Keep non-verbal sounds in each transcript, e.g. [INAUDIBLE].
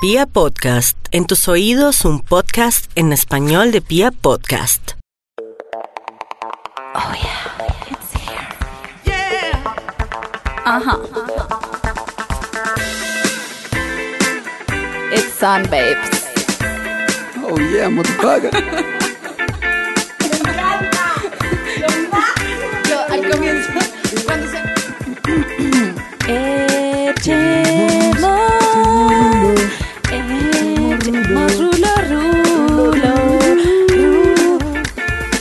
Pia Podcast, en tus oídos un podcast en español de Pia Podcast. Oh yeah, it's here. Yeah. Uh huh. It's Sun Babes. Oh yeah, motherfucker. Yo al comienzo, cuando se. Echemos, echemos rulo, rulo,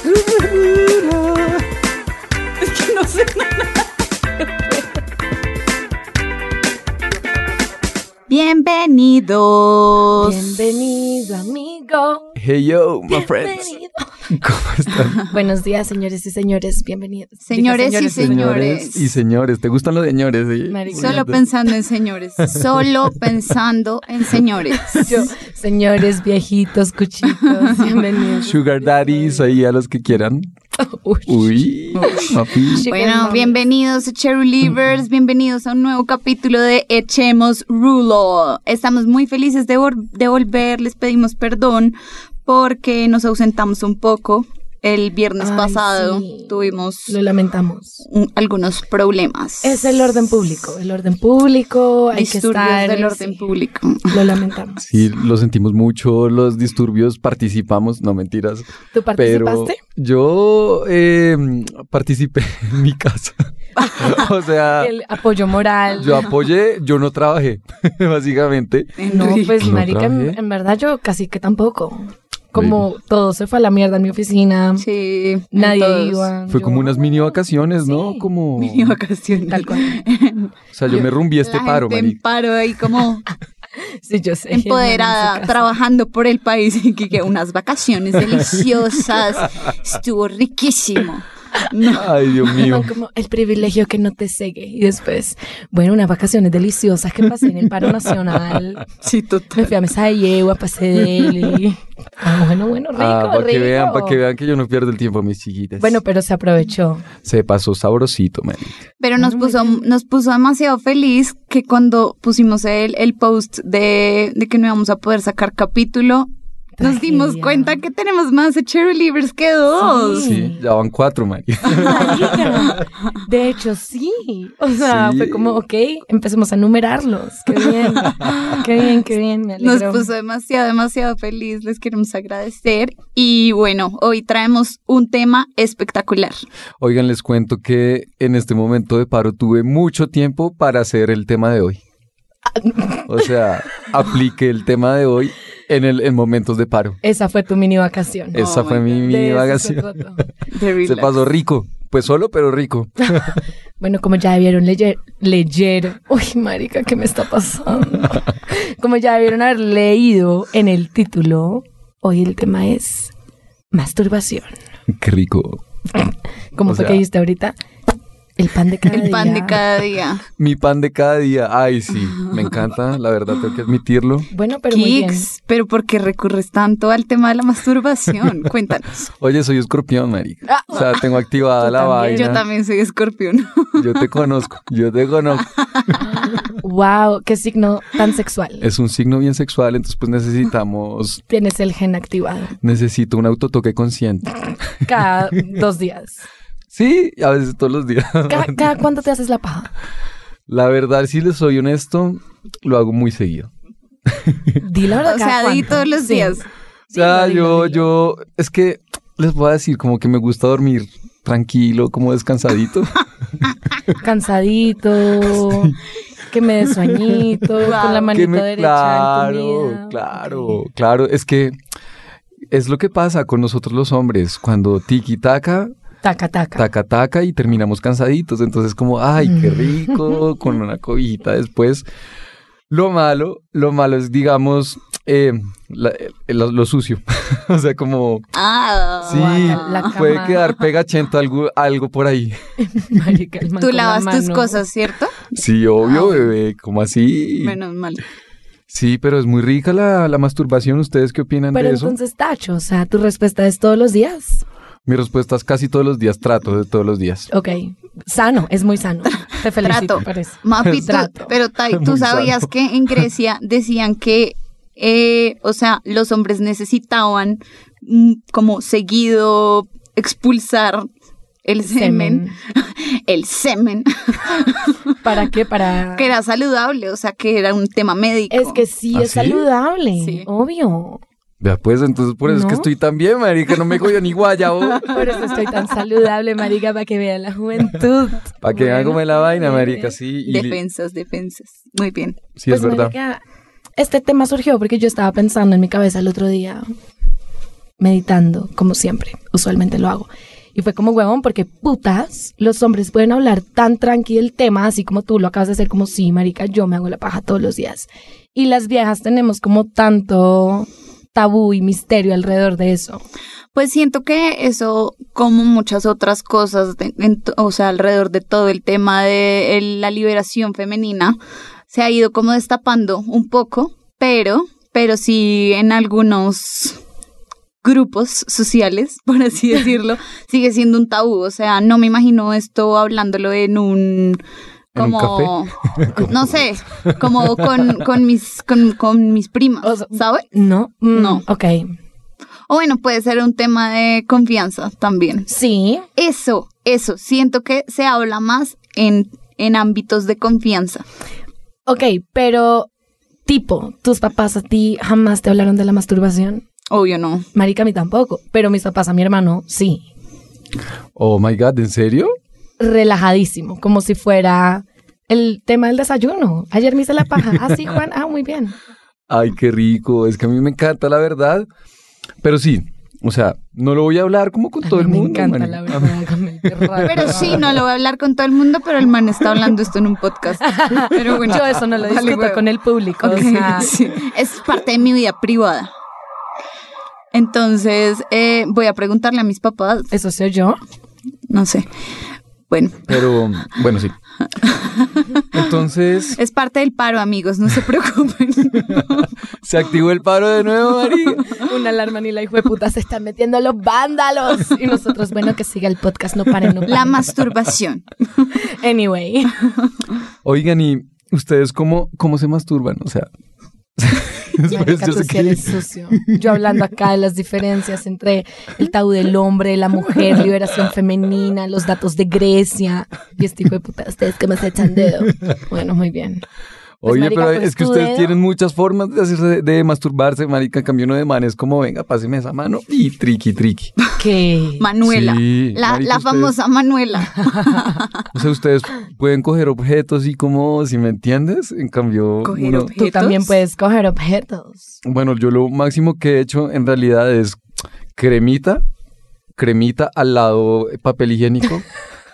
rulo. Es que no sé Bienvenidos. Bienvenido, amigo. Hey yo, my friends. Bienvenido. ¿Cómo están? Buenos días, señores y señores. Bienvenidos. Digo, Señores y Señores y señores, ¿te gustan los señores? Sí. Marica. Solo pensando en señores. [LAUGHS] Solo pensando en señores. Yo, señores viejitos, [LAUGHS] cuchitos. Bienvenidos. Sugar daddies ahí a los que quieran. [LAUGHS] Uy. Uy, papi. Sugar Bueno, mommy. bienvenidos Cherulivers, bienvenidos a un nuevo capítulo de Echemos Rulo. Estamos muy felices de, vol- de volver, les pedimos perdón porque nos ausentamos un poco. El viernes Ay, pasado sí. tuvimos Lo lamentamos. un- algunos problemas. Es el orden público. El orden público. Hay que Disturbios estar. del orden sí. público. Lo lamentamos. Sí, lo sentimos mucho, los disturbios, participamos, no mentiras. ¿Tú participaste? Pero yo eh, participé [LAUGHS] en [LAUGHS] mi casa. o sea, El apoyo moral. ah, yo apoyé, yo no trabajé, [LAUGHS] básicamente. No, pues No marica, en, trabajé. en verdad yo casi que tampoco. Como todo se fue a la mierda en mi oficina. Sí, en Nadie todos. iba. Fue yo- como unas mini vacaciones, ¿no? Sí. Como, Mini vacaciones. Tal [LAUGHS] cual. o sea, yo me rumbí a este La paro, gente marica. en paro [LAUGHS] ahí como [LAUGHS] Sí, yo sé. empoderada, hermana, en su casa. trabajando por el país [LAUGHS] y que, que unas [LAUGHS] vacaciones deliciosas. Estuvo riquísimo. No. Ay, [LAUGHS] Dios mío. Toman como el privilegio que no te segue. Y después, bueno, unas vacaciones deliciosas que pasé en el paro nacional. Sí, Me total. fui a mesa de yegua, pasé de Ah, bueno, bueno, rico, ah, para que rico. vean, para que vean que yo no pierdo el tiempo, mis chiquitas. Bueno, pero se aprovechó. se pasó sabrosito, man. Pero nos puso, nos puso demasiado feliz que cuando pusimos el, el post de, de que no íbamos a poder sacar capítulo, nos dimos Tragedia. cuenta que tenemos más cheerleaders que dos. Sí. Sí, ya van cuatro, man. Marica, [LAUGHS] De hecho, sí. O sea, Sí. fue como, ok, empecemos a numerarlos. Qué bien. Qué bien, qué bien. Me Nos alegro. puso demasiado, demasiado feliz. Les queremos agradecer. Y bueno, hoy traemos un tema espectacular. [LAUGHS] Oigan, les cuento que en este momento de paro tuve mucho tiempo para hacer el tema de hoy. O sea, apliqué el tema de hoy en, el, en momentos de paro. Esa fue tu mini vacación. Esa Oh fue my mi, De mi eso se vacación. trató. De Se relax. pasó rico. Pues solo, pero [LAUGHS] rico. Bueno, como ya debieron leyer, leyer, uy, marica, ¿qué me está pasando? Como ya debieron haber leído en el título, hoy el tema es masturbación. Qué rico. Como O fue sea- que dijiste ahorita, el pan de cada El pan día. de cada día. Mi pan de cada día. Ay, sí. Me encanta. La verdad, tengo que admitirlo. Bueno, [LAUGHS] pero muy bien. Kicks, pero ¿por qué recurres tanto al tema de la [LAUGHS] masturbación? Cuéntanos. Oye, soy escorpión, marica. O sea, tengo activada Tú la Ah. también. vaina. Yo también soy escorpión. [LAUGHS] Yo te conozco, yo te conozco. Wow, qué signo tan sexual. Es un signo bien sexual, entonces pues necesitamos, Tienes el gen activado necesito un autotoque consciente. [LAUGHS] cada dos días. Sí, a veces todos los días. Ca- ¿Cada, cuánto te haces la paja? La verdad, si les soy honesto, lo hago muy seguido. Di la verdad. O ¿cada sea, di cuánto? todos los Sí. días. O sea, Dilo, dilo, yo, dilo. yo, es que les voy a decir como que me gusta dormir tranquilo, como [LAUGHS] descansadito. cansadito, que me dé sueñito, con la manita Que me- derecha claro, entumida. claro, claro. Es que es lo que pasa con nosotros los hombres, cuando tiki taka, Taca, taca. taca taca y terminamos cansaditos. Entonces, como, ay, Mm. qué rico, con una cobijita después. Lo malo, lo malo es, digamos, eh, la- eh, lo, lo sucio. [LAUGHS] o sea, como, Ah, sí, guaca, la puede cama. quedar pegachento algo, algo por ahí. [LAUGHS] [LAUGHS] Marica, el man tú con la lavas tus mano. cosas, ¿cierto? Sí, Ah, obvio, bebé, como así. [LAUGHS] Menos mal. Pues Sí, pero es muy rica la, la masturbación. ¿Ustedes qué opinan Pero de eso? entonces, Tacho, o sea, tu respuesta es todos los días. Mi respuesta es casi todos los días, trato de todos los días. Ok. Sano, es muy sano. Te felicito Trato. por eso. Mapi, tú- Trato. [LAUGHS] pero Tai, ¿tú Muy [LAUGHS] sabías sano. que en Grecia decían que eh, o sea, los hombres necesitaban mm, como seguido expulsar el semen, el semen, [LAUGHS] ¿Para qué? Para... que era saludable, o sea, que era un tema médico. Es que sí, ¿Ah, es sí? saludable, Sí. obvio. Vea, pues entonces por eso es que No. estoy tan bien, marica, no me cogió ni [LAUGHS] guayabo. Por eso estoy tan saludable, marica, para que vean la juventud. Para que vean Bueno, cómo es la vaina, eh, marica, sí. Y li- Defensas, defensas. Muy bien. sí, es Pues, verdad. marica, este tema surgió porque yo estaba pensando en mi cabeza el otro día, meditando, como siempre, usualmente lo hago. Y fue como huevón, porque putas, los hombres pueden hablar tan tranqui del tema, así como tú lo acabas de hacer, como sí, marica, yo me hago la paja todos los días. Y las viejas tenemos como tanto tabú y misterio alrededor de eso. Pues siento que eso, como muchas otras cosas, de- en to- o sea, alrededor de todo el tema de el- la liberación femenina, se ha ido como destapando un poco, pero, pero sí en algunos grupos sociales, [LAUGHS] por así decirlo, sigue siendo un tabú. O sea, no me imagino esto hablándolo en un... ¿En un Como, no sé, como con, con mis, con, con mis primas, O sea, ¿sabes? No, Mm, No. Ok. O bueno, puede ser un tema de confianza también. Sí, Eso, eso. Siento que se habla más en, en ámbitos de confianza. ok, pero tipo, tus papás a ti jamás te hablaron de la masturbación. Obvio no. Marica, a mí tampoco. Pero mis papás, a mi hermano, sí. Oh my god, ¿en serio? Relajadísimo, como si fuera el tema del desayuno. Ayer me hice la paja. Ah, sí, Juan. Ah, muy bien. Ay, qué rico. Es que a mí me encanta la verdad. Pero sí, o sea, no lo voy a hablar como con A [LAUGHS] todo mí el me mundo. encanta marica. la verdad. con el perro. [LAUGHS] Pero sí, no lo voy a hablar con todo el mundo, pero el man está hablando esto en un podcast. Pero bueno, Yo eso no lo Vale, discuto huevo. con el público. [LAUGHS] Ok, o sea, sí. Es parte de mi vida privada. Entonces, eh, voy a preguntarle a mis papás, Eso soy yo. no sé. Bueno, Pero bueno, sí. Entonces, es parte del paro, amigos, no se preocupen. [LAUGHS] se activó el paro de nuevo, marica. Una alarma ni la hijo de puta se están metiendo los vándalos. Y nosotros, bueno, que siga el podcast, no paren, no paren. La masturbación. Anyway. Oigan, ¿y ustedes cómo, cómo se masturban? O sea, [LAUGHS] después Marica, yo tú sé sí que- eres sucio. Yo hablando acá de las diferencias entre el tabú del hombre, la mujer, liberación femenina, los datos de Grecia. Y este hijo de puta, ustedes que me echan dedo. Bueno, muy bien. Pues, Oye, marica, pero pues, es que tu ustedes dedo. tienen muchas formas de, hacerse, de masturbarse, marica. En cambio, uno de man es como, venga, páseme esa mano y triqui, triqui. ¿Qué? Manuela. Sí, la marica, la ustedes- famosa Manuela. O sea, ustedes pueden coger objetos y como, si me entiendes, en cambio... Coger uno- objetos. Tú también puedes coger objetos. Bueno, yo lo máximo que he hecho en realidad es cremita, cremita al lado eh, papel [LAUGHS] higiénico.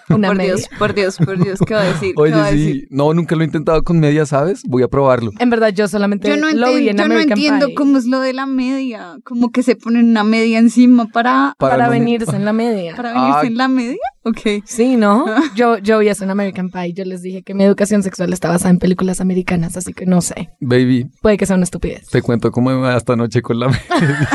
Una por media. Dios, por Dios, por Dios, ¿qué va a [LAUGHS] decir? ¿Qué va a Oye, decir? sí, no, nunca lo he intentado con media, ¿sabes? Voy a probarlo. En verdad, yo solamente Yo no, lo vi enten- en yo no American entiendo Pie. cómo es lo de la media, como que se ponen una media encima para, Para, no me- venirse en la media. para venirse Ah. en la media. Ok. Sí, [LAUGHS] ¿no? Yo, yo vi eso en American Pie. Yo les dije que mi educación sexual está basada en películas americanas, así que no sé. Baby, Puede que sea una estupidez. te cuento cómo me va esta noche con la [LAUGHS] media.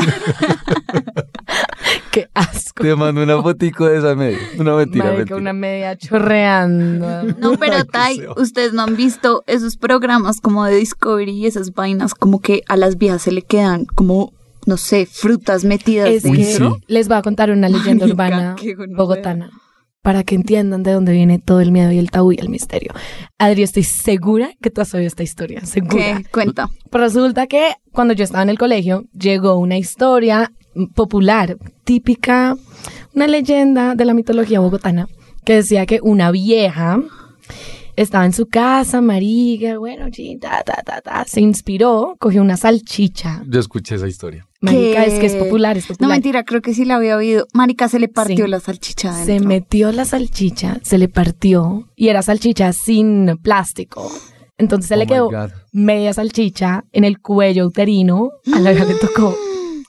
Qué asco. Te mando una fotico de esa media. Una mentira, Marica, mentira. una media chorreando. No, [LAUGHS] pero Ay, qué Tai, feo. ustedes no han visto esos programas como de Discovery y esas vainas, como que a las viejas se le quedan como, no sé, frutas metidas Es Uy, que dentro. sí. les voy a contar una leyenda Marica, urbana qué gonorrea. bogotana para que entiendan de dónde viene todo el miedo y el tabú y el misterio. Adri, estoy segura que tú has oído esta historia, segura. ¿Qué? Cuenta. Pero resulta que cuando yo estaba en el colegio llegó una historia popular, típica, una leyenda de la mitología bogotana, que decía que una vieja estaba en su casa, marica, bueno, sí, ta, ta, ta, ta, se inspiró, cogió una salchicha. Yo escuché esa historia. Marica, ¿Qué? es que es popular, es popular. No, mentira, creo que sí la había oído. Marica se le partió Sí. la salchicha adentro. Se metió la salchicha, se le partió y era salchicha sin plástico. Entonces se Oh le my quedó God. media salchicha en el cuello uterino. A la hija [GASPS] le tocó,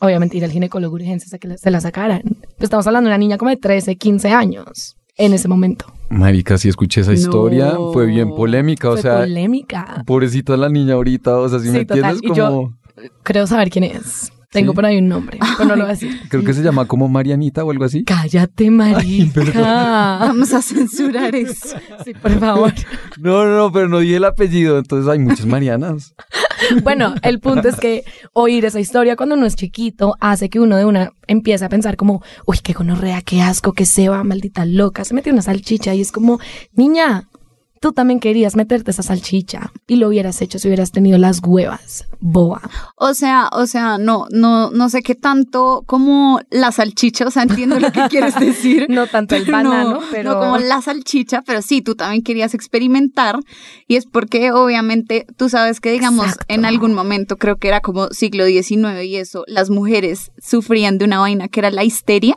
obviamente, ir al ginecólogo de urgencias a que la- se la sacaran. Pero estamos hablando de una niña como de 13, 15 años en ese momento. Marica, sí escuché esa No. historia. Fue bien polémica, o Fue sea, polémica. pobrecita la niña ahorita, o sea, si Sí, me total, entiendes, y yo- como... Creo saber quién es. Tengo ¿Sí? por ahí un nombre, pero no lo voy a [LAUGHS] decir. Creo [LAUGHS] que se llama como Marianita o algo así. Cállate, marica. Vamos a [LAUGHS] censurar eso. [LAUGHS] Sí, por favor. [LAUGHS] No, no, no, pero no dije el apellido, entonces hay muchas Marianas. Bueno, el punto es que oír esa historia cuando uno es chiquito hace que uno de una empieza a pensar como, uy, qué gonorrea, qué asco, qué seba, maldita loca, se metió una salchicha y es como, niña, tú también querías meterte esa salchicha y lo hubieras hecho si hubieras tenido las huevas, boa. O sea, o sea, no, no, no sé qué tanto como la salchicha, o sea, entiendo lo que quieres [LAUGHS] decir. No tanto el pero banano, no, pero... no como la salchicha, pero sí, tú también querías experimentar y es porque obviamente tú sabes que digamos Exacto. en algún momento creo que era como siglo XIX y eso, las mujeres sufrían de una vaina que era la histeria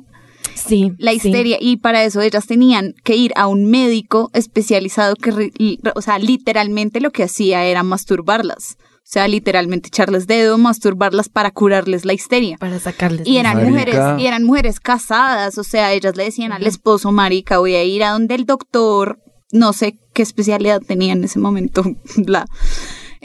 Sí. la sí. histeria y para eso ellas tenían que ir a un médico especializado que, ri- y- o sea, literalmente lo que hacía era masturbarlas. O sea, literalmente echarles dedo, masturbarlas para curarles la histeria. Para sacarles. Y eran Marica. mujeres, y eran mujeres casadas, o sea, ellas le decían al esposo, marica, voy a ir a donde el doctor, no sé qué especialidad tenía en ese momento, [LAUGHS] bla,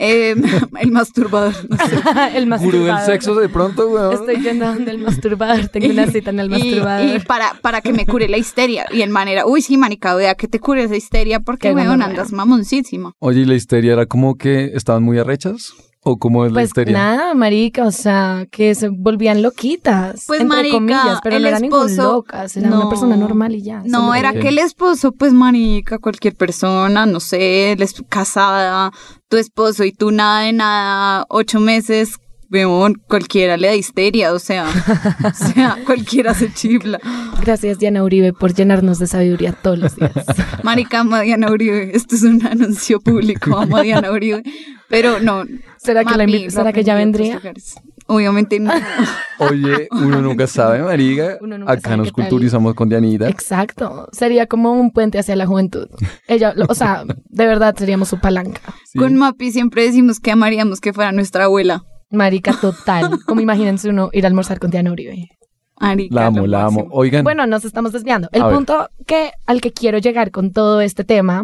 eh, [LAUGHS] el masturbador, no sé. [LAUGHS] el Gurú del masturbador. sexo de pronto, weón. Estoy yendo a donde el masturbador. Tengo una cita en el Y- masturbador. Y, para, para que me cure la histeria. Y el manera, uy, sí, marica, vea que te cure esa histeria porque, Qué weón, gonorrea. andas mamoncísima. Oye, ¿y la histeria era como que estaban muy arrechas? ¿O cómo es la Pues histeria? nada, marica, o sea, que se volvían loquitas, Pues, entre marica, comillas, pero el no eran ningún esposo- locas, era no. una persona normal y ya. No, solo- era que- que el esposo, pues, marica, cualquier persona, no sé, él es casada, tu esposo y tú nada de nada, ocho meses, weón, cualquiera le da histeria, o sea, [LAUGHS] o sea, cualquiera se chifla. Gracias, Diana Uribe, por llenarnos de sabiduría todos los días. Marica, amo a Diana Uribe, esto es un anuncio público, amo a Diana Uribe, pero no. ¿Será que la Mapi, invi- lo será que ya aprendí en vendría? otros lugares. [LAUGHS] Obviamente no. Oye, [LAUGHS] uno nunca sabe, marica. Uno nunca Acá sabe nos qué tal. culturizamos [LAUGHS] con Dianita. Exacto, sería como un puente hacia la juventud. Ella, lo- o sea, de verdad seríamos su palanca. Sí. Con Mapi siempre decimos que amaríamos que fuera nuestra abuela. Marica total, como imagínense uno ir a almorzar con Diana Uribe. Marica, La amo, lo la amo. máximo. Oigan, Bueno, nos estamos desviando. El A ver. punto que al que quiero llegar con todo este tema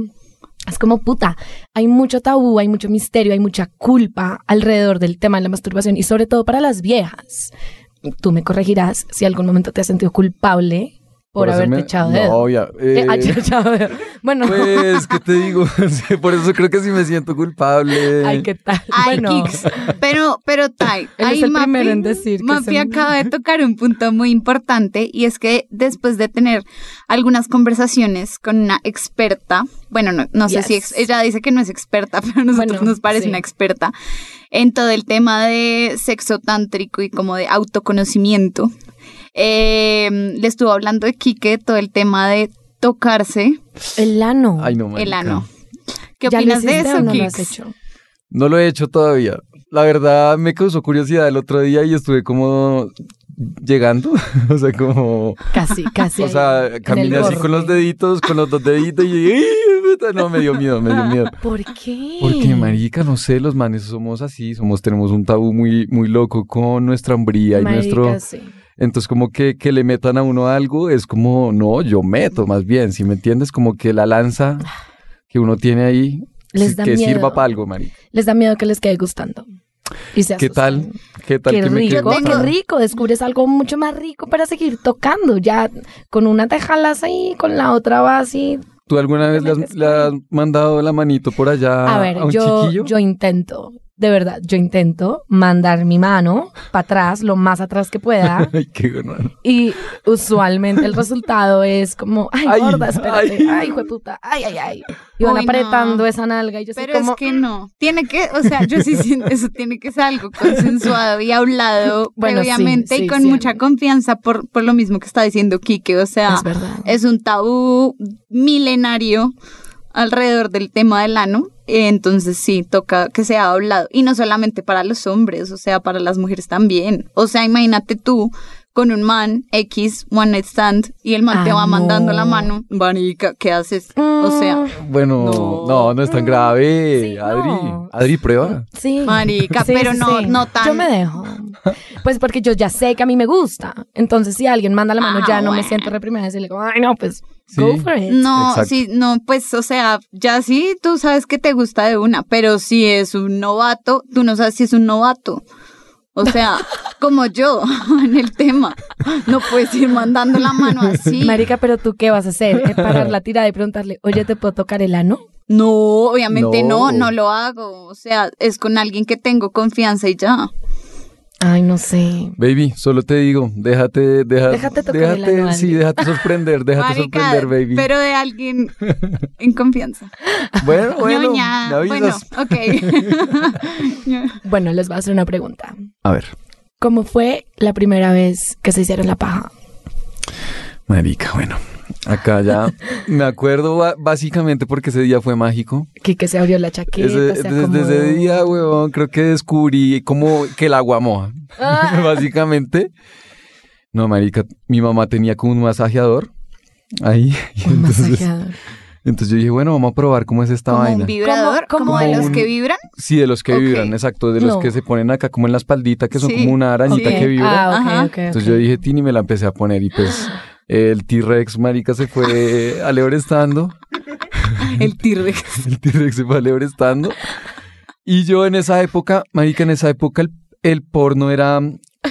es como puta, hay mucho tabú, hay mucho misterio, hay mucha culpa alrededor del tema de la masturbación y sobre todo para las viejas. Tú me corregirás si algún momento te has sentido culpable por, haberte haberme- echado no, dedo. obvia, [LAUGHS] Eh, eh, ah, echado dedo. Bueno, Pues, ¿qué te digo? [LAUGHS] Sí, Por eso creo que sí me siento culpable. ay, qué tal. Ay, bueno, [LAUGHS] Kix, pero, pero Tai, Él ahí es el Mapi, primero en decir que son- Mapi acaba [LAUGHS] de tocar un punto muy importante y es que después de tener algunas conversaciones con una experta, bueno, no, no sé Yes. si ex- ella dice que no es experta, [LAUGHS] pero a nosotros Bueno, nos parece sí. una experta en todo el tema de sexo tántrico y como de autoconocimiento. Eh, le estuvo hablando de Quique todo el tema de tocarse el ano. Ay, no, el marica. ano. ¿Qué ¿Ya lo opinas de hiciste o eso, no lo has Kix? hecho? No lo he hecho todavía. La verdad me causó curiosidad el otro día y estuve como llegando, [LAUGHS] o sea, como, Casi, casi. o ahí, sea, en el caminé así con los borde. deditos, con los dos deditos y ¡ay, puta! no, me dio miedo, me dio miedo. ¿Por qué? Porque, marica, no sé, los manes somos así, somos, tenemos un tabú muy, muy loco con nuestra hombría y Marica, nuestro... sí. Entonces, como que, que le metan a uno algo, es como, no, yo meto más bien, si me entiendes, como que la lanza que uno tiene ahí, Les si- da que miedo. sirva para algo, marica. les da miedo que les quede gustando. Y se ¿Qué asustan. tal? ¿Qué tal qué que me quede rico, qué gustando? rico, descubres algo mucho más rico para seguir tocando. Ya con una te jalas ahí, con la otra vas y... ¿Tú alguna vez Te le has, metes le por ahí. has mandado la manito por allá A Ah, a, ver, un yo, chiquillo? yo intento, de verdad, yo intento mandar mi mano para atrás, lo más atrás que [LAUGHS] pueda. [LAUGHS] Ay, qué gonorrea. y usualmente el resultado es como, ay, Ay, gorda, espérate, ay. ay, hijo de puta, ay, ay, ay. Y van Uy, no. apretando esa nalga y yo soy Pero como... "Mm". es que no, tiene que, o sea, yo sí [LAUGHS] siento eso tiene que ser algo consensuado y hablado [LAUGHS] Bueno, sí, previamente y sí, con sí. mucha confianza por, por lo mismo que está diciendo Quique, o sea, Es verdad. es un tabú milenario alrededor del tema del ano, entonces sí, toca que sea hablado y no solamente para los hombres, o sea, para las mujeres también, o sea, imagínate tú con un man X, one night stand, y el man te Ah, va mandando no. la mano, marica, ¿qué haces? O Mm. sea, Bueno, No. no, no, es tan grave, Sí, Adri. no. Adri, prueba. Sí. Marica, pero no- no tan- Yo me dejo. Pues porque yo ya sé que a mí me gusta. Entonces, si alguien manda la mano, Ah, ya no me bueno. siento reprimida. Y le digo, ay, no, pues, Sí. go for it. No, Exacto. sí, no, pues, o sea, ya sí, tú sabes que te gusta de una, pero si es un novato, tú no sabes si es un novato. O [LAUGHS] sea, como yo [LAUGHS] en el tema. No puedes ir mandando la mano así. Marica, pero tú qué vas a hacer? ¿Es parar la tirada y preguntarle, oye, ¿te puedo tocar el ano? No, obviamente no. No. no, lo hago. O sea, es con alguien que tengo confianza y ya. Ay, no sé. Baby, solo te digo, déjate, deja- Déjate tocar el ano, sí, Andy. déjate sorprender, déjate Marica, sorprender, baby. pero de alguien en confianza. [LAUGHS] Bueno, bueno, Ñoña. me avisas. Bueno, [LAUGHS] ok. Bueno, les voy a hacer una pregunta. A ver, ¿Cómo fue la primera vez que se hicieron la paja? marica, bueno, [LAUGHS] acá ya me acuerdo ba- básicamente porque ese día fue mágico. Que, que se abrió la chaqueta, Ese- se desde, acomodó. ese día, huevón, creo que descubrí como que el agua moja, Ah. [LAUGHS] básicamente. No, marica, mi mamá tenía como un masajeador ahí. [LAUGHS] y Un entonces, masajeador. entonces yo dije, bueno, vamos a probar cómo es esta Como vaina. un vibrador, ¿Cómo- como cómo de los un- que vibran. Sí, de los que Ok. vibran, exacto, de los No. que se ponen acá como en la espaldita, que son Sí, como una arañita sí. que vibra. Ah, ok, Ajá. ok, ok. Entonces yo dije, Tini, me la empecé a poner [GASPS] y pues el T-Rex, marica, se fue alebrestando. El tirre. [LAUGHS] El T-Rex se fue alebrestando. Y yo en esa época, marica, en esa época el, el porno era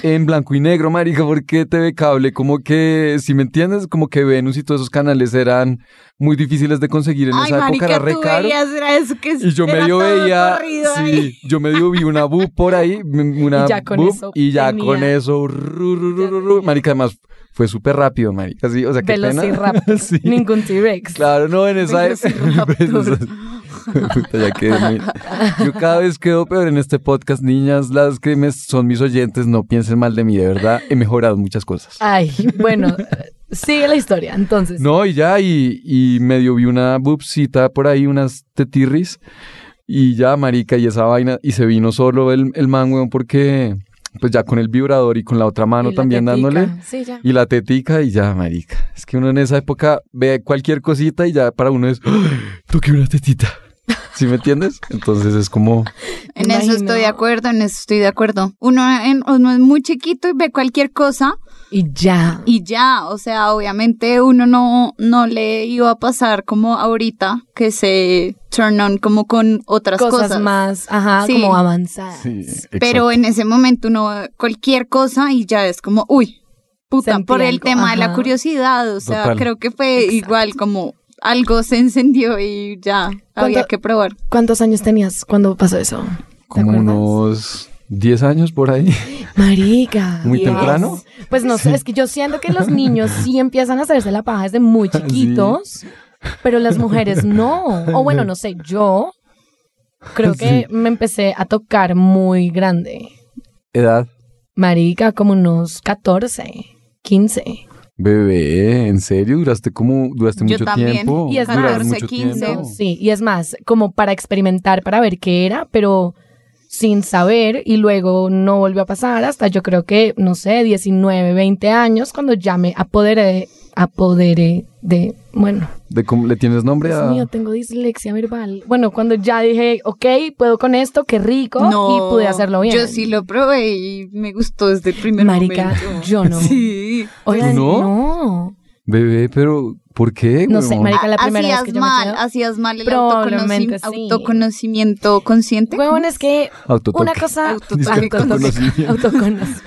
en blanco y negro, marica, porque TV Cable, como que, si me entiendes, como que Venus y todos esos canales eran muy difíciles de conseguir en Ay, esa época, marica, era re tú caro. veías, era eso que Y yo era medio todo veía, corrido ahí. sí, yo medio vi una bu por [LAUGHS] ahí, m- una Y ya con boob, eso y ya tenía. con eso, ru, ru, ru, Ya ru, ru. marica, además fue súper rápido, marica, sí, o sea, qué pena. [LAUGHS] Velociraptor. Sí. Ningún T-Rex. Claro, no, en esa [LAUGHS] pues, Velociraptor. Puta, ya quedé muy- Yo cada vez quedo peor en este podcast, niñas, las que me- son mis oyentes, no piensen mal de mí, de verdad, he mejorado muchas cosas. Ay, bueno, sigue la historia, entonces. No, y ya, y, y medio vi una bubcita por ahí, unas tetirris, y ya, marica, y esa vaina, y se vino solo el, el man, weón, porque, pues ya con el vibrador y con la otra mano Y la también tetica. dándole, Sí, ya. y la tetica, y ya, marica. Es que uno en esa época ve cualquier cosita y ya para uno es, ¡Ah! toqué una tetita. ¿Sí me entiendes? Entonces es como, En Me eso imagino. estoy de acuerdo, en eso estoy de acuerdo. Uno, en- uno es muy chiquito y ve cualquier cosa Y ya. y ya, o sea, obviamente uno no, no le iba a pasar como ahorita que se turn on como con otras cosas, cosas. más, ajá, Sí. como avanzadas. sí, exacto. Pero en ese momento uno ve cualquier cosa y ya es como, uy, puta, Sentí por el algo, tema de la ajá. curiosidad, o sea, Total. creo que fue Exacto. igual como algo se encendió y ya había que probar. ¿Cuántos años tenías cuando pasó eso? ¿Te como acuerdas? unos 10 años por ahí. [LAUGHS] Marica. Muy Dios. temprano. Pues no sé, es que yo siento que los niños sí empiezan a hacerse la paja desde [LAUGHS] muy chiquitos, pero las mujeres no. O bueno, no sé, yo creo que me empecé a tocar muy grande. Edad. Marica, como unos 14, 15. Bebé, ¿en serio? ¿Duraste como, duraste Yo mucho también. tiempo? Y es Duraron 14, 15. tiempo. No. Sí, y es más, como para experimentar, para ver qué era, pero sin saber y luego no volvió a pasar hasta yo creo que, no sé, 19, 20 años cuando ya me apoderé, apoderé de, bueno, ¿De cómo- ¿Le tienes nombre Dios a...? mío, tengo dislexia verbal. Bueno, cuando ya dije, ok, puedo con esto, qué rico, y pude hacerlo bien. Yo sí lo probé y me gustó desde el primer Marica, momento. yo no. Sí. Oigan, ¿No? no. Bebé, pero ¿por qué? No sé, huevón? marica, la primera vez Ah, hacías que yo me mal, quedo- hacías mal el Probablemente autoconocimiento, sí. autoconocimiento consciente. Huevón, es que Autotoque. una cosa... Autotoque. autotoque, Autoconocimiento. autoconocimiento.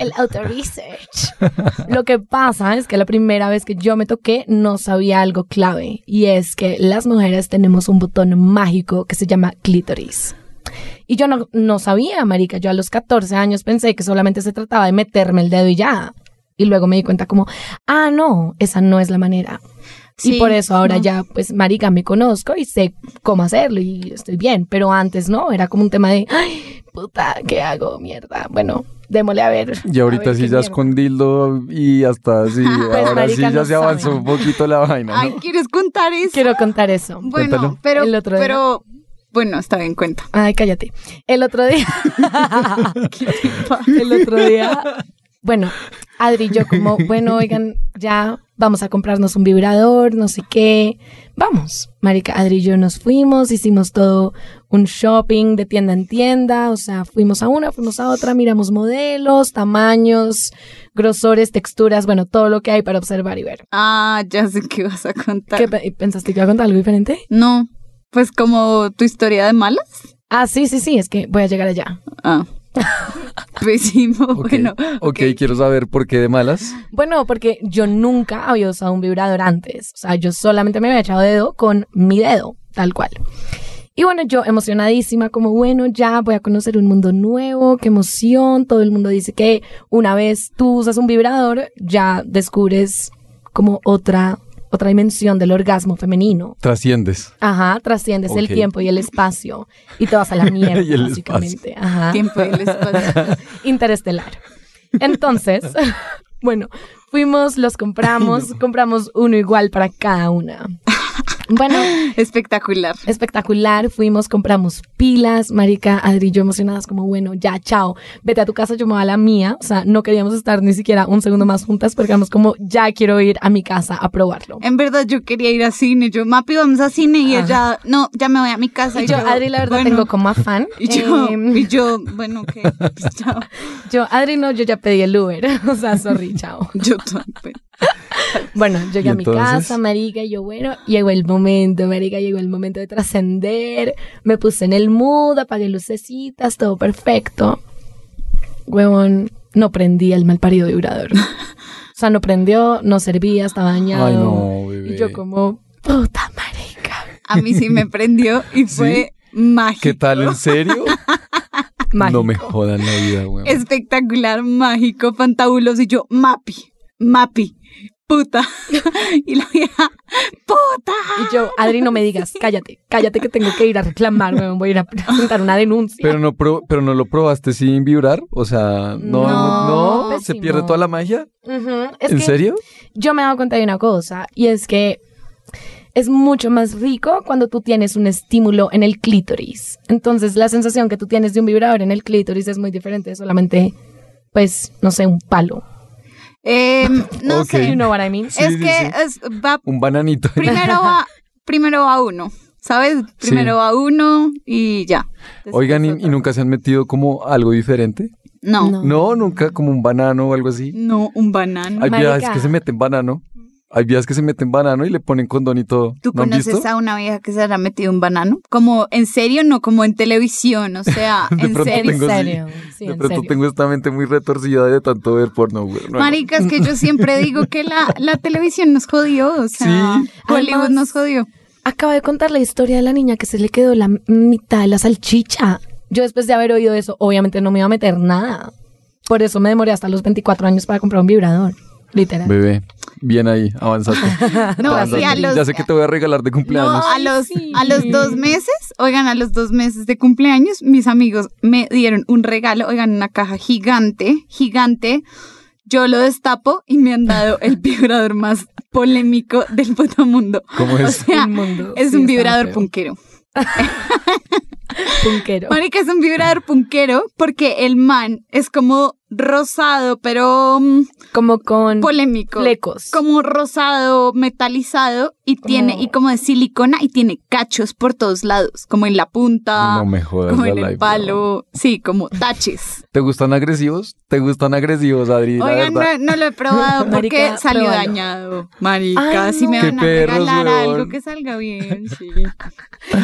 El auto-research. Lo que pasa es que la primera vez que yo me toqué no sabía algo clave y es que las mujeres tenemos un botón mágico que se llama clítoris. Y yo no, no sabía, marica. Yo a los 14 años pensé que solamente se trataba de meterme el dedo y ya. Y luego me di cuenta como, ah, no, esa no es la manera. y Sí, por eso ahora no. ya, pues, marica, me conozco y sé cómo hacerlo y estoy bien. Pero antes no, era como un tema de, ay, puta, ¿qué hago? Mierda. Bueno, démosle a ver. Y a ahorita ver sí qué ya es mierda. Ah, pues, con dildo y [LAUGHS] hasta así. ahora marica, sí ya no se avanzó saben. un poquito la vaina, ¿no? Ay, ¿quieres contar eso? Quiero contar eso. bueno, Cuéntalo. pero, El otro día. pero bueno, está bien, cuenta. Ay, cállate. El otro día. el otro día. Bueno, Adri y yo como, bueno, oigan, ya vamos a comprarnos un vibrador, no sé qué. Vamos. Marica, Adri y yo nos fuimos, hicimos todo un shopping de tienda en tienda, o sea, fuimos a una, fuimos a otra, miramos modelos, tamaños, grosores, texturas, bueno, todo lo que hay para observar y ver. Ah, ya sé qué vas a contar. ¿Qué pe- pensaste que iba a contar algo diferente? No, pues como tu historia de malas. [LAUGHS] Ah, sí, sí, sí, es que voy a llegar allá. Ah. pésimo. Ok, Bueno, ok, quiero saber por qué de malas. Bueno, porque yo nunca había usado un vibrador antes. O sea, yo solamente me había echado dedo con mi dedo, tal cual. Y bueno, yo emocionadísima, como bueno, ya voy a conocer un mundo nuevo, qué emoción. Todo el mundo dice que una vez tú usas un vibrador, ya descubres como otra, otra dimensión del orgasmo femenino. Trasciendes. Ajá, trasciendes el Ok. tiempo y el espacio y te [LAUGHS] vas a la mierda, Y el básicamente. Ajá. tiempo y [LAUGHS] el espacio. Interestelar. Entonces, [LAUGHS] bueno, fuimos, los [LAUGHS] compramos, compramos uno igual para cada una. Bueno, Espectacular. espectacular, fuimos, compramos pilas, marica, Adri y yo emocionadas como, bueno, ya, chao, vete a tu casa, yo me voy a la mía, o sea, no queríamos estar ni siquiera un segundo más juntas, porque éramos como, ya quiero ir a mi casa a probarlo. En verdad yo quería ir a cine, yo, Mapi, vamos a cine y ella, no, ya me voy a mi casa. Y yo, Adri, la verdad, bueno. tengo como afán. [LAUGHS] Y yo, Em, y yo, bueno, ok, pues, chao. yo, Adri, no, yo ya pedí el Uber, [LAUGHS] o sea, sorry, chao. Yo también. Bueno, ¿Y llegué a mi entonces? casa, marica, y yo, bueno, llegó el momento, marica, llegó el momento de trascender. Me puse en el mood, apagué lucecitas, todo perfecto. Huevón, no prendía el mal parido [LAUGHS] vibrador. O sea, no prendió, no servía, estaba dañado. Ay, no, bebé. Y yo como, puta marica. A mí sí me prendió [LAUGHS] y fue mágico. ¿Qué tal? ¿En serio? Mágico. No me jodan la vida, weón. Espectacular, mágico, fantabuloso. Y yo, Mapi, Mapi, puta. [LAUGHS] Y la vieja, puta. Y yo, Adri, no me digas, cállate, cállate que tengo que ir a reclamar, huevón, voy a ir a presentar una denuncia. Pero no, pro- pero no lo probaste sin vibrar, o sea, no, No, no, se pésimo. pierde toda la magia. Ujú, es ¿En que- serio? yo me he dado cuenta de una cosa y es que es mucho más rico cuando tú tienes un estímulo en el clítoris. Entonces la sensación que tú tienes de un vibrador en el clítoris es muy diferente de solamente, pues, no sé, un palo. Eh, no Ok. You sé. know what I mean? Sí, es sí, que sí. es- va, Un bananito. primero va, primero va uno, ¿sabes? Primero va uno y ya. [LAUGHS] Después Oigan, ¿y, otro. y nunca se han metido como algo diferente? No, No. no, No, nunca como un banano o algo así. un banano. Hay Marica. viajes que se meten banano. Hay viajes que se meten banano y le ponen condón y todo. ¿Tú ¿No han conoces visto? a una vieja que se habrá metido un banano? Como, ¿en serio? No, como en televisión, o [LAUGHS] sea, [LAUGHS] De en pronto serio. [LAUGHS] tengo- sí. sí, de en pronto serio. tengo esta mente muy retorcida de tanto ver porno, güey. No, no. Marica, es que yo siempre digo que la, la televisión nos jodió, o sea, Sí. Hollywood Además- nos jodió. Acabo de contar la historia de la niña que se le quedó la mitad de la salchicha. Yo después de haber oído eso, obviamente no me iba a meter nada. Por eso me demoré hasta los 24 años para comprar un vibrador. Literal. [LAUGHS] Bebé, bien ahí, avanzaste. [LAUGHS] No, Avanzaste. sí, a los- Ya sé que te voy a regalar de cumpleaños. No, a los, sí. a los dos meses, oigan, a los dos meses de cumpleaños, mis amigos me dieron un regalo, oigan, una caja gigante, gigante. Yo lo destapo y me han dado [LAUGHS] el vibrador más polémico del puto mundo. ¿Cómo es? [LAUGHS] O sea, Inmundo. es Sí, un está vibrador feo. punquero. Punquero. Marica, es un vibrador punquero porque el man es como rosado, pero mm, Como con polémico. flecos. como rosado metalizado y tiene y como de silicona y tiene cachos por todos lados, como en la punta, No me jodas como la en el live, palo, sí, [LAUGHS] como taches. ¿Te gustan agresivos? ¿Te gustan agresivos, Adri? La Oigan, verdad. no, no lo [LAUGHS] he probado porque Marica, salió pruébalo. dañado. Marica, Ay, si me no. van a Qué perros, regalar weón. algo que salga bien, [LAUGHS] sí.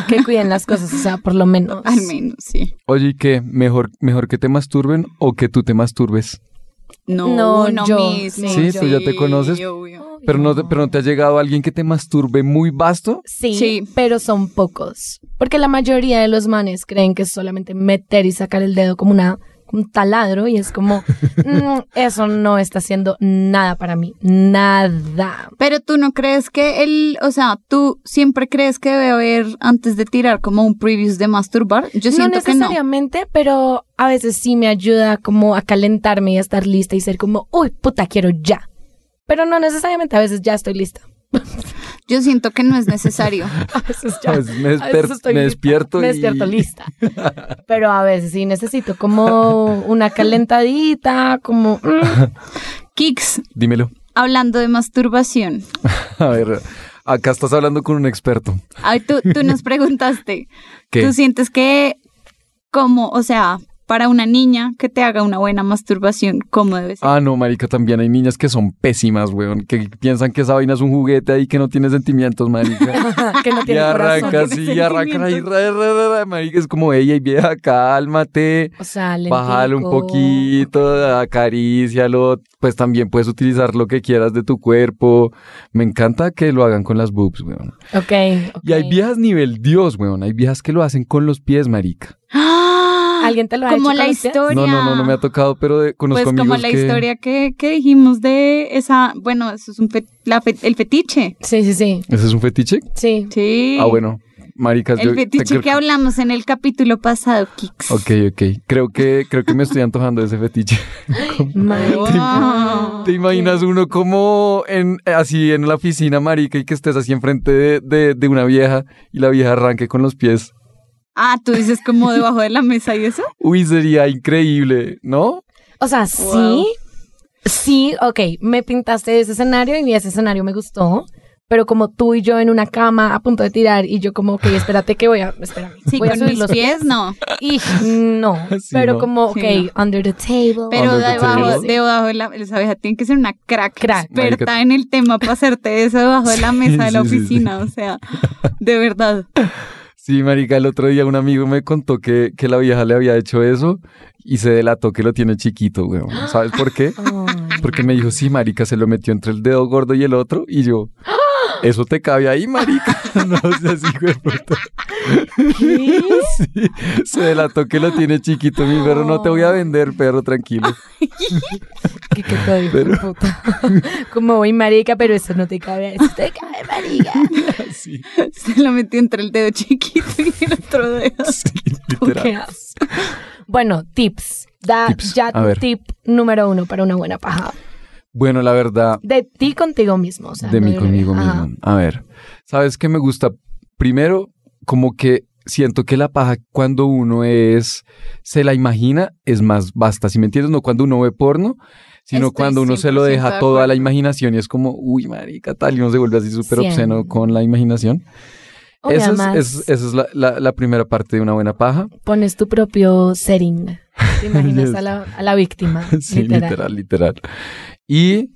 que cuiden las cosas, o sea, por lo menos. Al menos, sí. Oye, ¿y qué? ¿Mejor, ¿Mejor que te masturben o que tú te masturbes? No, no, No, yo, mismo. sí, Sí, tú ya te conoces. obvio. Pero no, te, pero no te ha llegado alguien que te masturbe muy vasto. Sí, Sí. pero son pocos. Porque la mayoría de los manes creen que es solamente meter y sacar el dedo como una como un taladro y es como, [LAUGHS] "Mm, eso no está haciendo nada para mí, nada. Pero tú no crees que el, o sea, tú siempre crees que debe haber antes de tirar como un previous de masturbar. Yo no siento que no. necesariamente, pero a veces sí me ayuda como a calentarme y a estar lista y ser como, uy, puta, quiero ya. Pero no necesariamente, a veces ya estoy lista. Yo siento que no [LAUGHS] es necesario. A veces ya. A veces me a veces desper- estoy me lista, despierto Me y- [LAUGHS] despierto lista. Pero a veces sí necesito como [LAUGHS] una calentadita, como. mm, Kicks, Dímelo. [LAUGHS] hablando de masturbación, A ver, acá estás hablando con un experto. ay, tú, tú nos preguntaste, [LAUGHS] ¿Qué? ¿tú sientes que como, o sea, para una niña que te haga una buena masturbación, ¿cómo debe ser? Ah, no, marica, también hay niñas que son pésimas, weón, que piensan que esa vaina es un juguete ahí que no tiene sentimientos, [LAUGHS] marica. ah, que [LAUGHS] no y tiene corazón. arranca tiene así, y arrancan ahí, sentimientos. ra, ra, ra, ra, marica, es como, ella y vieja, cálmate, O sea, le bájale un poquito, acarícialo, pues también puedes utilizar lo que quieras de tu cuerpo. Me encanta que lo hagan con las boobs, weón. Ok. Y hay ok. viejas nivel Dios, weón, hay viejas que lo hacen con los pies, marica. ¡Ah! ¿Alguien te lo ha Como hecho la con los pies? historia. No, no, no, no me ha tocado, pero de- conozco Pues como amigos la que... historia que, que dijimos de esa, bueno, eso es un fe- la fe- el fetiche. Sí, sí, sí. ¿Ese es un fetiche? Sí. Sí. Ah, bueno, maricas. El yo- fetiche creo- que hablamos en el capítulo pasado, Kix. [LAUGHS] Ok, ok. Creo que, creo que me estoy antojando de ese fetiche. Marica. ¿Te imaginas uno como en, así en la oficina, marica, y que estés así enfrente de, de- de una vieja y la vieja arranque con los pies? Ah, tú dices como debajo de la mesa y eso. Uy, sería increíble, ¿no? O sea, Wow. sí. Sí, ok. Me pintaste ese escenario y ese escenario me gustó. Pero como tú y yo en una cama a punto de tirar y yo como, ok, espérate que voy a... Espérame. Sí, voy a con subir mis los pies, no. Y no. [LAUGHS] Sí, pero no. como, ok, Sí, under the table. Pero Under the [LAUGHS] debajo, table. debajo de la esa abeja tiene que ser una crack, Crack. experta Marica. en el tema para hacerte eso debajo de [LAUGHS] la Sí, mesa de la sí, sí, sí. oficina. O sea, de verdad. [LAUGHS] Sí, marica, el otro día un amigo me contó que, que la vieja le había hecho eso y se delató que lo tiene chiquito, weón. ¿Sabes por qué? Ay. Porque me dijo, sí, marica, se lo metió entre el dedo gordo y el otro. Y yo, eso te cabe ahí, marica. [LAUGHS] No seas hijo de puta. [LAUGHS] Sí, se delató que lo tiene chiquito mi perro. No te voy a vender, perro, tranquilo. [LAUGHS] ¿Qué, qué te dijo, puta? [LAUGHS] Como voy marica, pero eso no te cabe. Eso te cabe, marica. Sí, Se lo metió entre el dedo chiquito y el otro dedo. sí, Tú, [LAUGHS] literal. qué asco. Bueno, tips. Da Tips. ya A tu ver. tip número uno para una buena paja. Bueno, la verdad, De ti contigo mismo. O sea, de no mí conmigo Ajá. mismo. A ver, ¿sabes qué me gusta? Primero, como que siento que la paja cuando uno es, se la imagina, es más basta, si me entiendes, no cuando uno ve porno, sino Estoy cuando uno se lo 100% deja de todo a la acuerdo. imaginación y es como, uy, marica, tal, y uno se vuelve así súper Cien. obsceno con la imaginación. O Esa es, además, es- esa es la, la- la primera parte de una buena paja. pones tu propio setting. Te imaginas Yes. a, [LAUGHS] la, a la víctima. Sí, literal. literal, literal. Y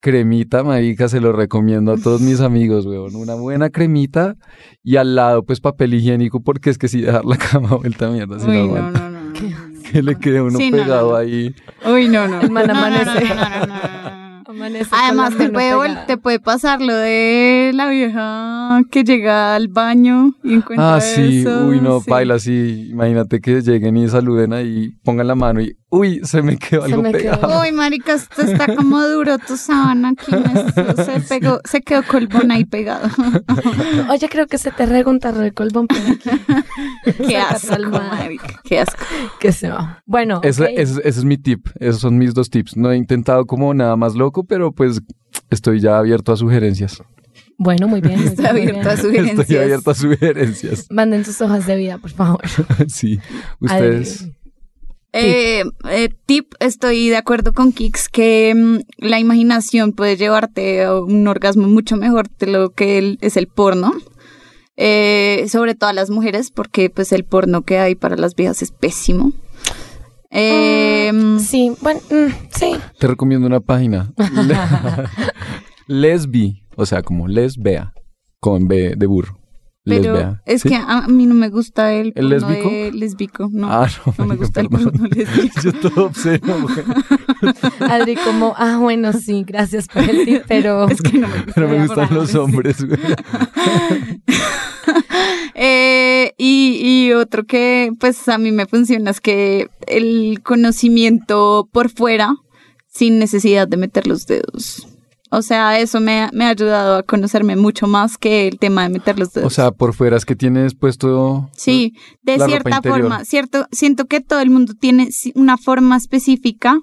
cremita, marica, se lo recomiendo a todos [LAUGHS] mis amigos, weón. Una buena cremita y al lado, pues, papel higiénico, porque es que si dejar la [LAUGHS] cama vuelta mierda, si no, Uy, no, aguanta. no, no. no. que le quede uno Sí, no, no, pegado no. ahí. Uy, no, no. Hermana, No, no, no, amanece. no, no, no, no, no. Amanece con Además, la te mano puede, vol- pegada. te puede pasar lo de la vieja que llega al baño y encuentra Ah, sí, eso, uy, no, sí. baila sí. Imagínate que lleguen y saluden ahí, pongan la mano y, uy, se me quedó Se algo me quedó. pegado. Uy, marica, esto está como duro, tu sábana aquí me- se, pegó, se quedó colbón ahí pegado. Oye, creo que se te reguntaró el colbón por aquí. Qué Saca asco, tu alma. marica, qué asco. que se va. Bueno, [LAUGHS] Ese, ok. ese- ese es mi tip, esos son mis dos tips. No he intentado como nada más loco, pero pues estoy ya abierto a sugerencias. [LAUGHS] bueno, muy bien. muy Está bien, muy abierto a bien. sugerencias. Estoy abierto a sugerencias. Manden sus hojas de vida, por favor. [LAUGHS] Sí, ustedes. Adri- Eh, eh, tip, estoy de acuerdo con Kix que mm, la imaginación puede llevarte a un orgasmo mucho mejor de lo que el- es el porno. Eh, sobre todo a las mujeres, porque pues el porno que hay para las viejas es pésimo. Eh, mm, Sí, bueno, mm, sí. Te recomiendo una [LAUGHS] página. Le- Lesbi, o sea, como lesbea, con B de burro. pero lesbea. es ¿sí? que a, a mí no me gusta el, ¿El porno lésbico? de lesbico, no. Ah, no, no me marica, gusta el perdón. porno lésbico. [LAUGHS] Yo todo obsceno, güey. Adri, como, ah, bueno, sí, gracias por el tip, pero. [LAUGHS] Es que [LAUGHS] no me gusta. Pero me de gustan verdad. los hombres, güey. Eh, y, y otro que pues a mí me funciona es que el conocimiento por fuera sin necesidad de meter los dedos. O sea, eso me, ha- me ha ayudado a conocerme mucho más que el tema de meter los dedos. O sea, por fuera es que tienes puesto. sí, de la ropa cierta interior. forma, cierto, siento que todo el mundo tiene si- una forma específica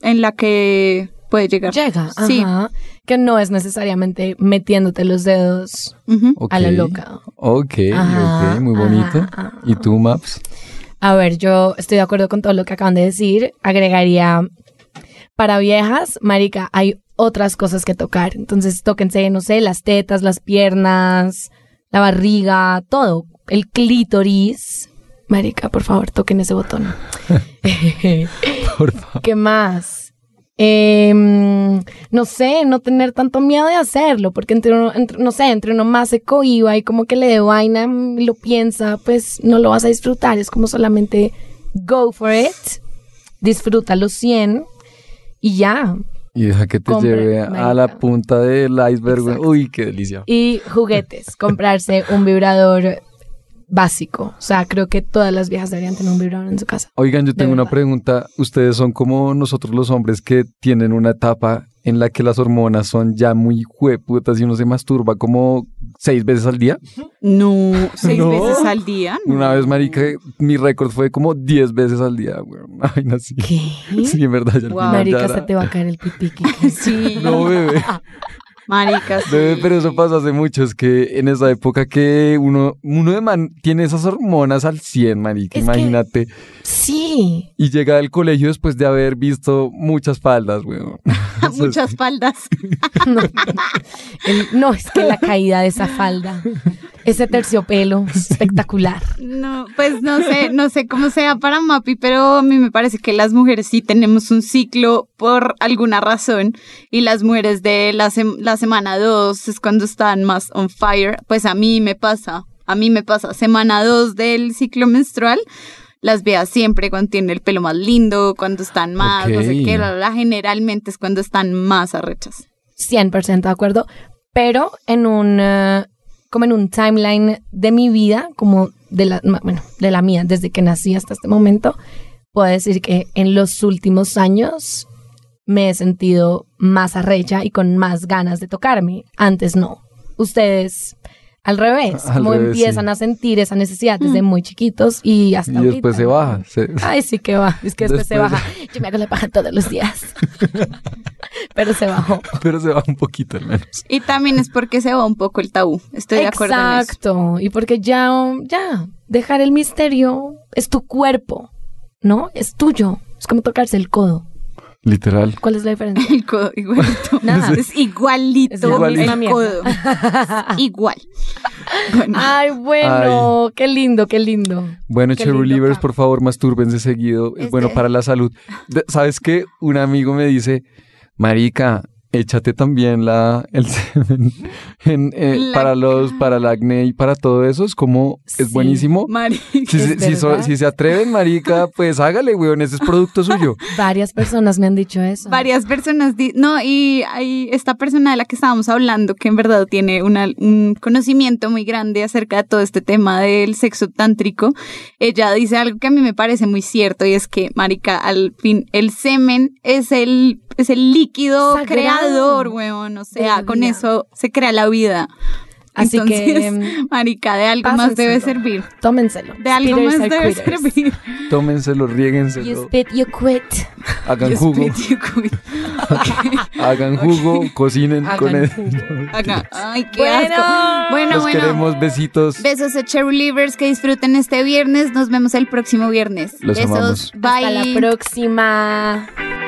en la que puede llegar. Llega, Sí. ajá. Que no es necesariamente metiéndote los dedos Ujú. Ok, a la loca. Ok, Ajá, Ah, ok, muy bonito. ajá, ajá. ¿Y tú, Maps? [LAUGHS] A ver, yo estoy de acuerdo con todo lo que acaban de decir. Agregaría, para viejas, marica, hay otras cosas que tocar. Entonces, tóquense, no sé, las tetas, las piernas, la barriga, todo. El clítoris, Marica, por favor, toquen ese botón. Por favor. ¿Qué más? Em, no sé, no tener tanto miedo de hacerlo, porque entre uno, entre- no sé, entre uno más se cohiba y como que le dé vaina, mm, lo piensa, pues no lo vas a disfrutar, es como solamente go for it, disfruta los 100 y ya. Y deja que te Compre, lleve a la marica. punta del iceberg. güey. Exacto. Uy, qué delicia. Y juguetes, comprarse un vibrador básico, o sea, creo que todas las viejas deberían tener un vibrador en su casa. Oigan, yo De tengo una verdad. pregunta. ¿Ustedes son como nosotros los hombres que tienen una etapa en la que las hormonas son ya muy jueputas y uno se masturba como seis veces al día? No, [LAUGHS] seis No. veces al día. no. Una vez, marica, mi récord fue como diez veces al día, güey. [LAUGHS] Una vaina así. ¿Qué? Sí, en verdad, ya al Wow. final ya Marica, era- se te va a caer el pipí. Kike. [LAUGHS] Sí, No, bebé. maricas. [LAUGHS] Bebé, pero eso pasa hace mucho, es que en esa época que uno, uno de man tiene esas hormonas al 100, marica, Es que- imagínate. Sí, Y llega del colegio después de haber visto muchas faldas, weón. [LAUGHS] Muchas faldas. No, El- no, es que la caída de esa falda, ese terciopelo espectacular. No, pues no sé, no sé cómo sea para Mapi, pero a mí me parece que las mujeres sí tenemos un ciclo por alguna razón y las mujeres de la, sem- la semana 2 es cuando están más on fire, pues a mí me pasa, a mí me pasa semana 2 del ciclo menstrual. Las veas siempre cuando tienen el pelo más lindo, cuando están más, no sé Ok. qué, la, la, la, generalmente es cuando están más arrechas. 100% de acuerdo, pero en un eh, como en un timeline de mi vida, como de la ma- bueno, de la mía desde que nací hasta este momento, puedo decir que en los últimos años me he sentido más arrecha y con más ganas de tocarme. Antes no. Ustedes al revés, Al como revés, empiezan sí. a sentir esa necesidad desde muy chiquitos y hasta Y ahorita. después se baja. se- [LAUGHS] Ay, sí que va. Es que después, se Después- baja. Yo me hago la paja todos los [LAUGHS] días. Pero se bajó. pero se baja un poquito al menos. Y también es porque se va un poco el tabú, estoy de acuerdo en eso. Exacto. Y porque ya, ya, dejar el misterio es tu cuerpo, ¿no? Es tuyo. Es como tocarse el codo. Literal. ¿Cuál es la diferencia? [LAUGHS] El codo [LAUGHS] igualito. Nada. Es igualito. Es la misma el mierda. codo. [LAUGHS] Igual. Ah. Bueno, Ay, bueno, qué lindo, qué lindo. Bueno, Qué Cherry lindo Livers, cambio. por favor, mastúrbense seguido. Es Es bueno que- para la salud. De- ¿Sabes qué? Un amigo me dice, marica, échate también la, el semen [LAUGHS] en, eh, La para los, para el acné y para todo eso. Es como, es Sí. buenísimo. Mari. Si, Es se- si so- verdad. si se atreven, marica, pues hágale, weón, ese es producto suyo. Varias personas me han dicho eso. Varias personas, di- no, y hay esta persona de la que estábamos hablando, que en verdad tiene una- un conocimiento muy grande acerca de todo este tema del sexo tántrico, ella dice algo que a mí me parece muy cierto, y es que, Marica, al fin, el semen es el, es el líquido Sagrado. creador, weón, o sea, la con vida. eso se crea la vida. Así que, mm, Entonces, Marica, de algo más pásenselo. debe servir. Tómenselo. De algo Spitters más are debe quitters. servir. Tómenselo, You riéguenselo, spit, you quit. hagan jugo, Spit you quit. Ok. hagan jugo, cocinen con Hagan él. Acá. Ay, qué Bueno. asco. Bueno, Los bueno. queremos, besitos. Besos a Cherry Livers, que disfruten este viernes. Nos vemos el próximo viernes. Los Besos. amamos. Bye. Hasta la próxima.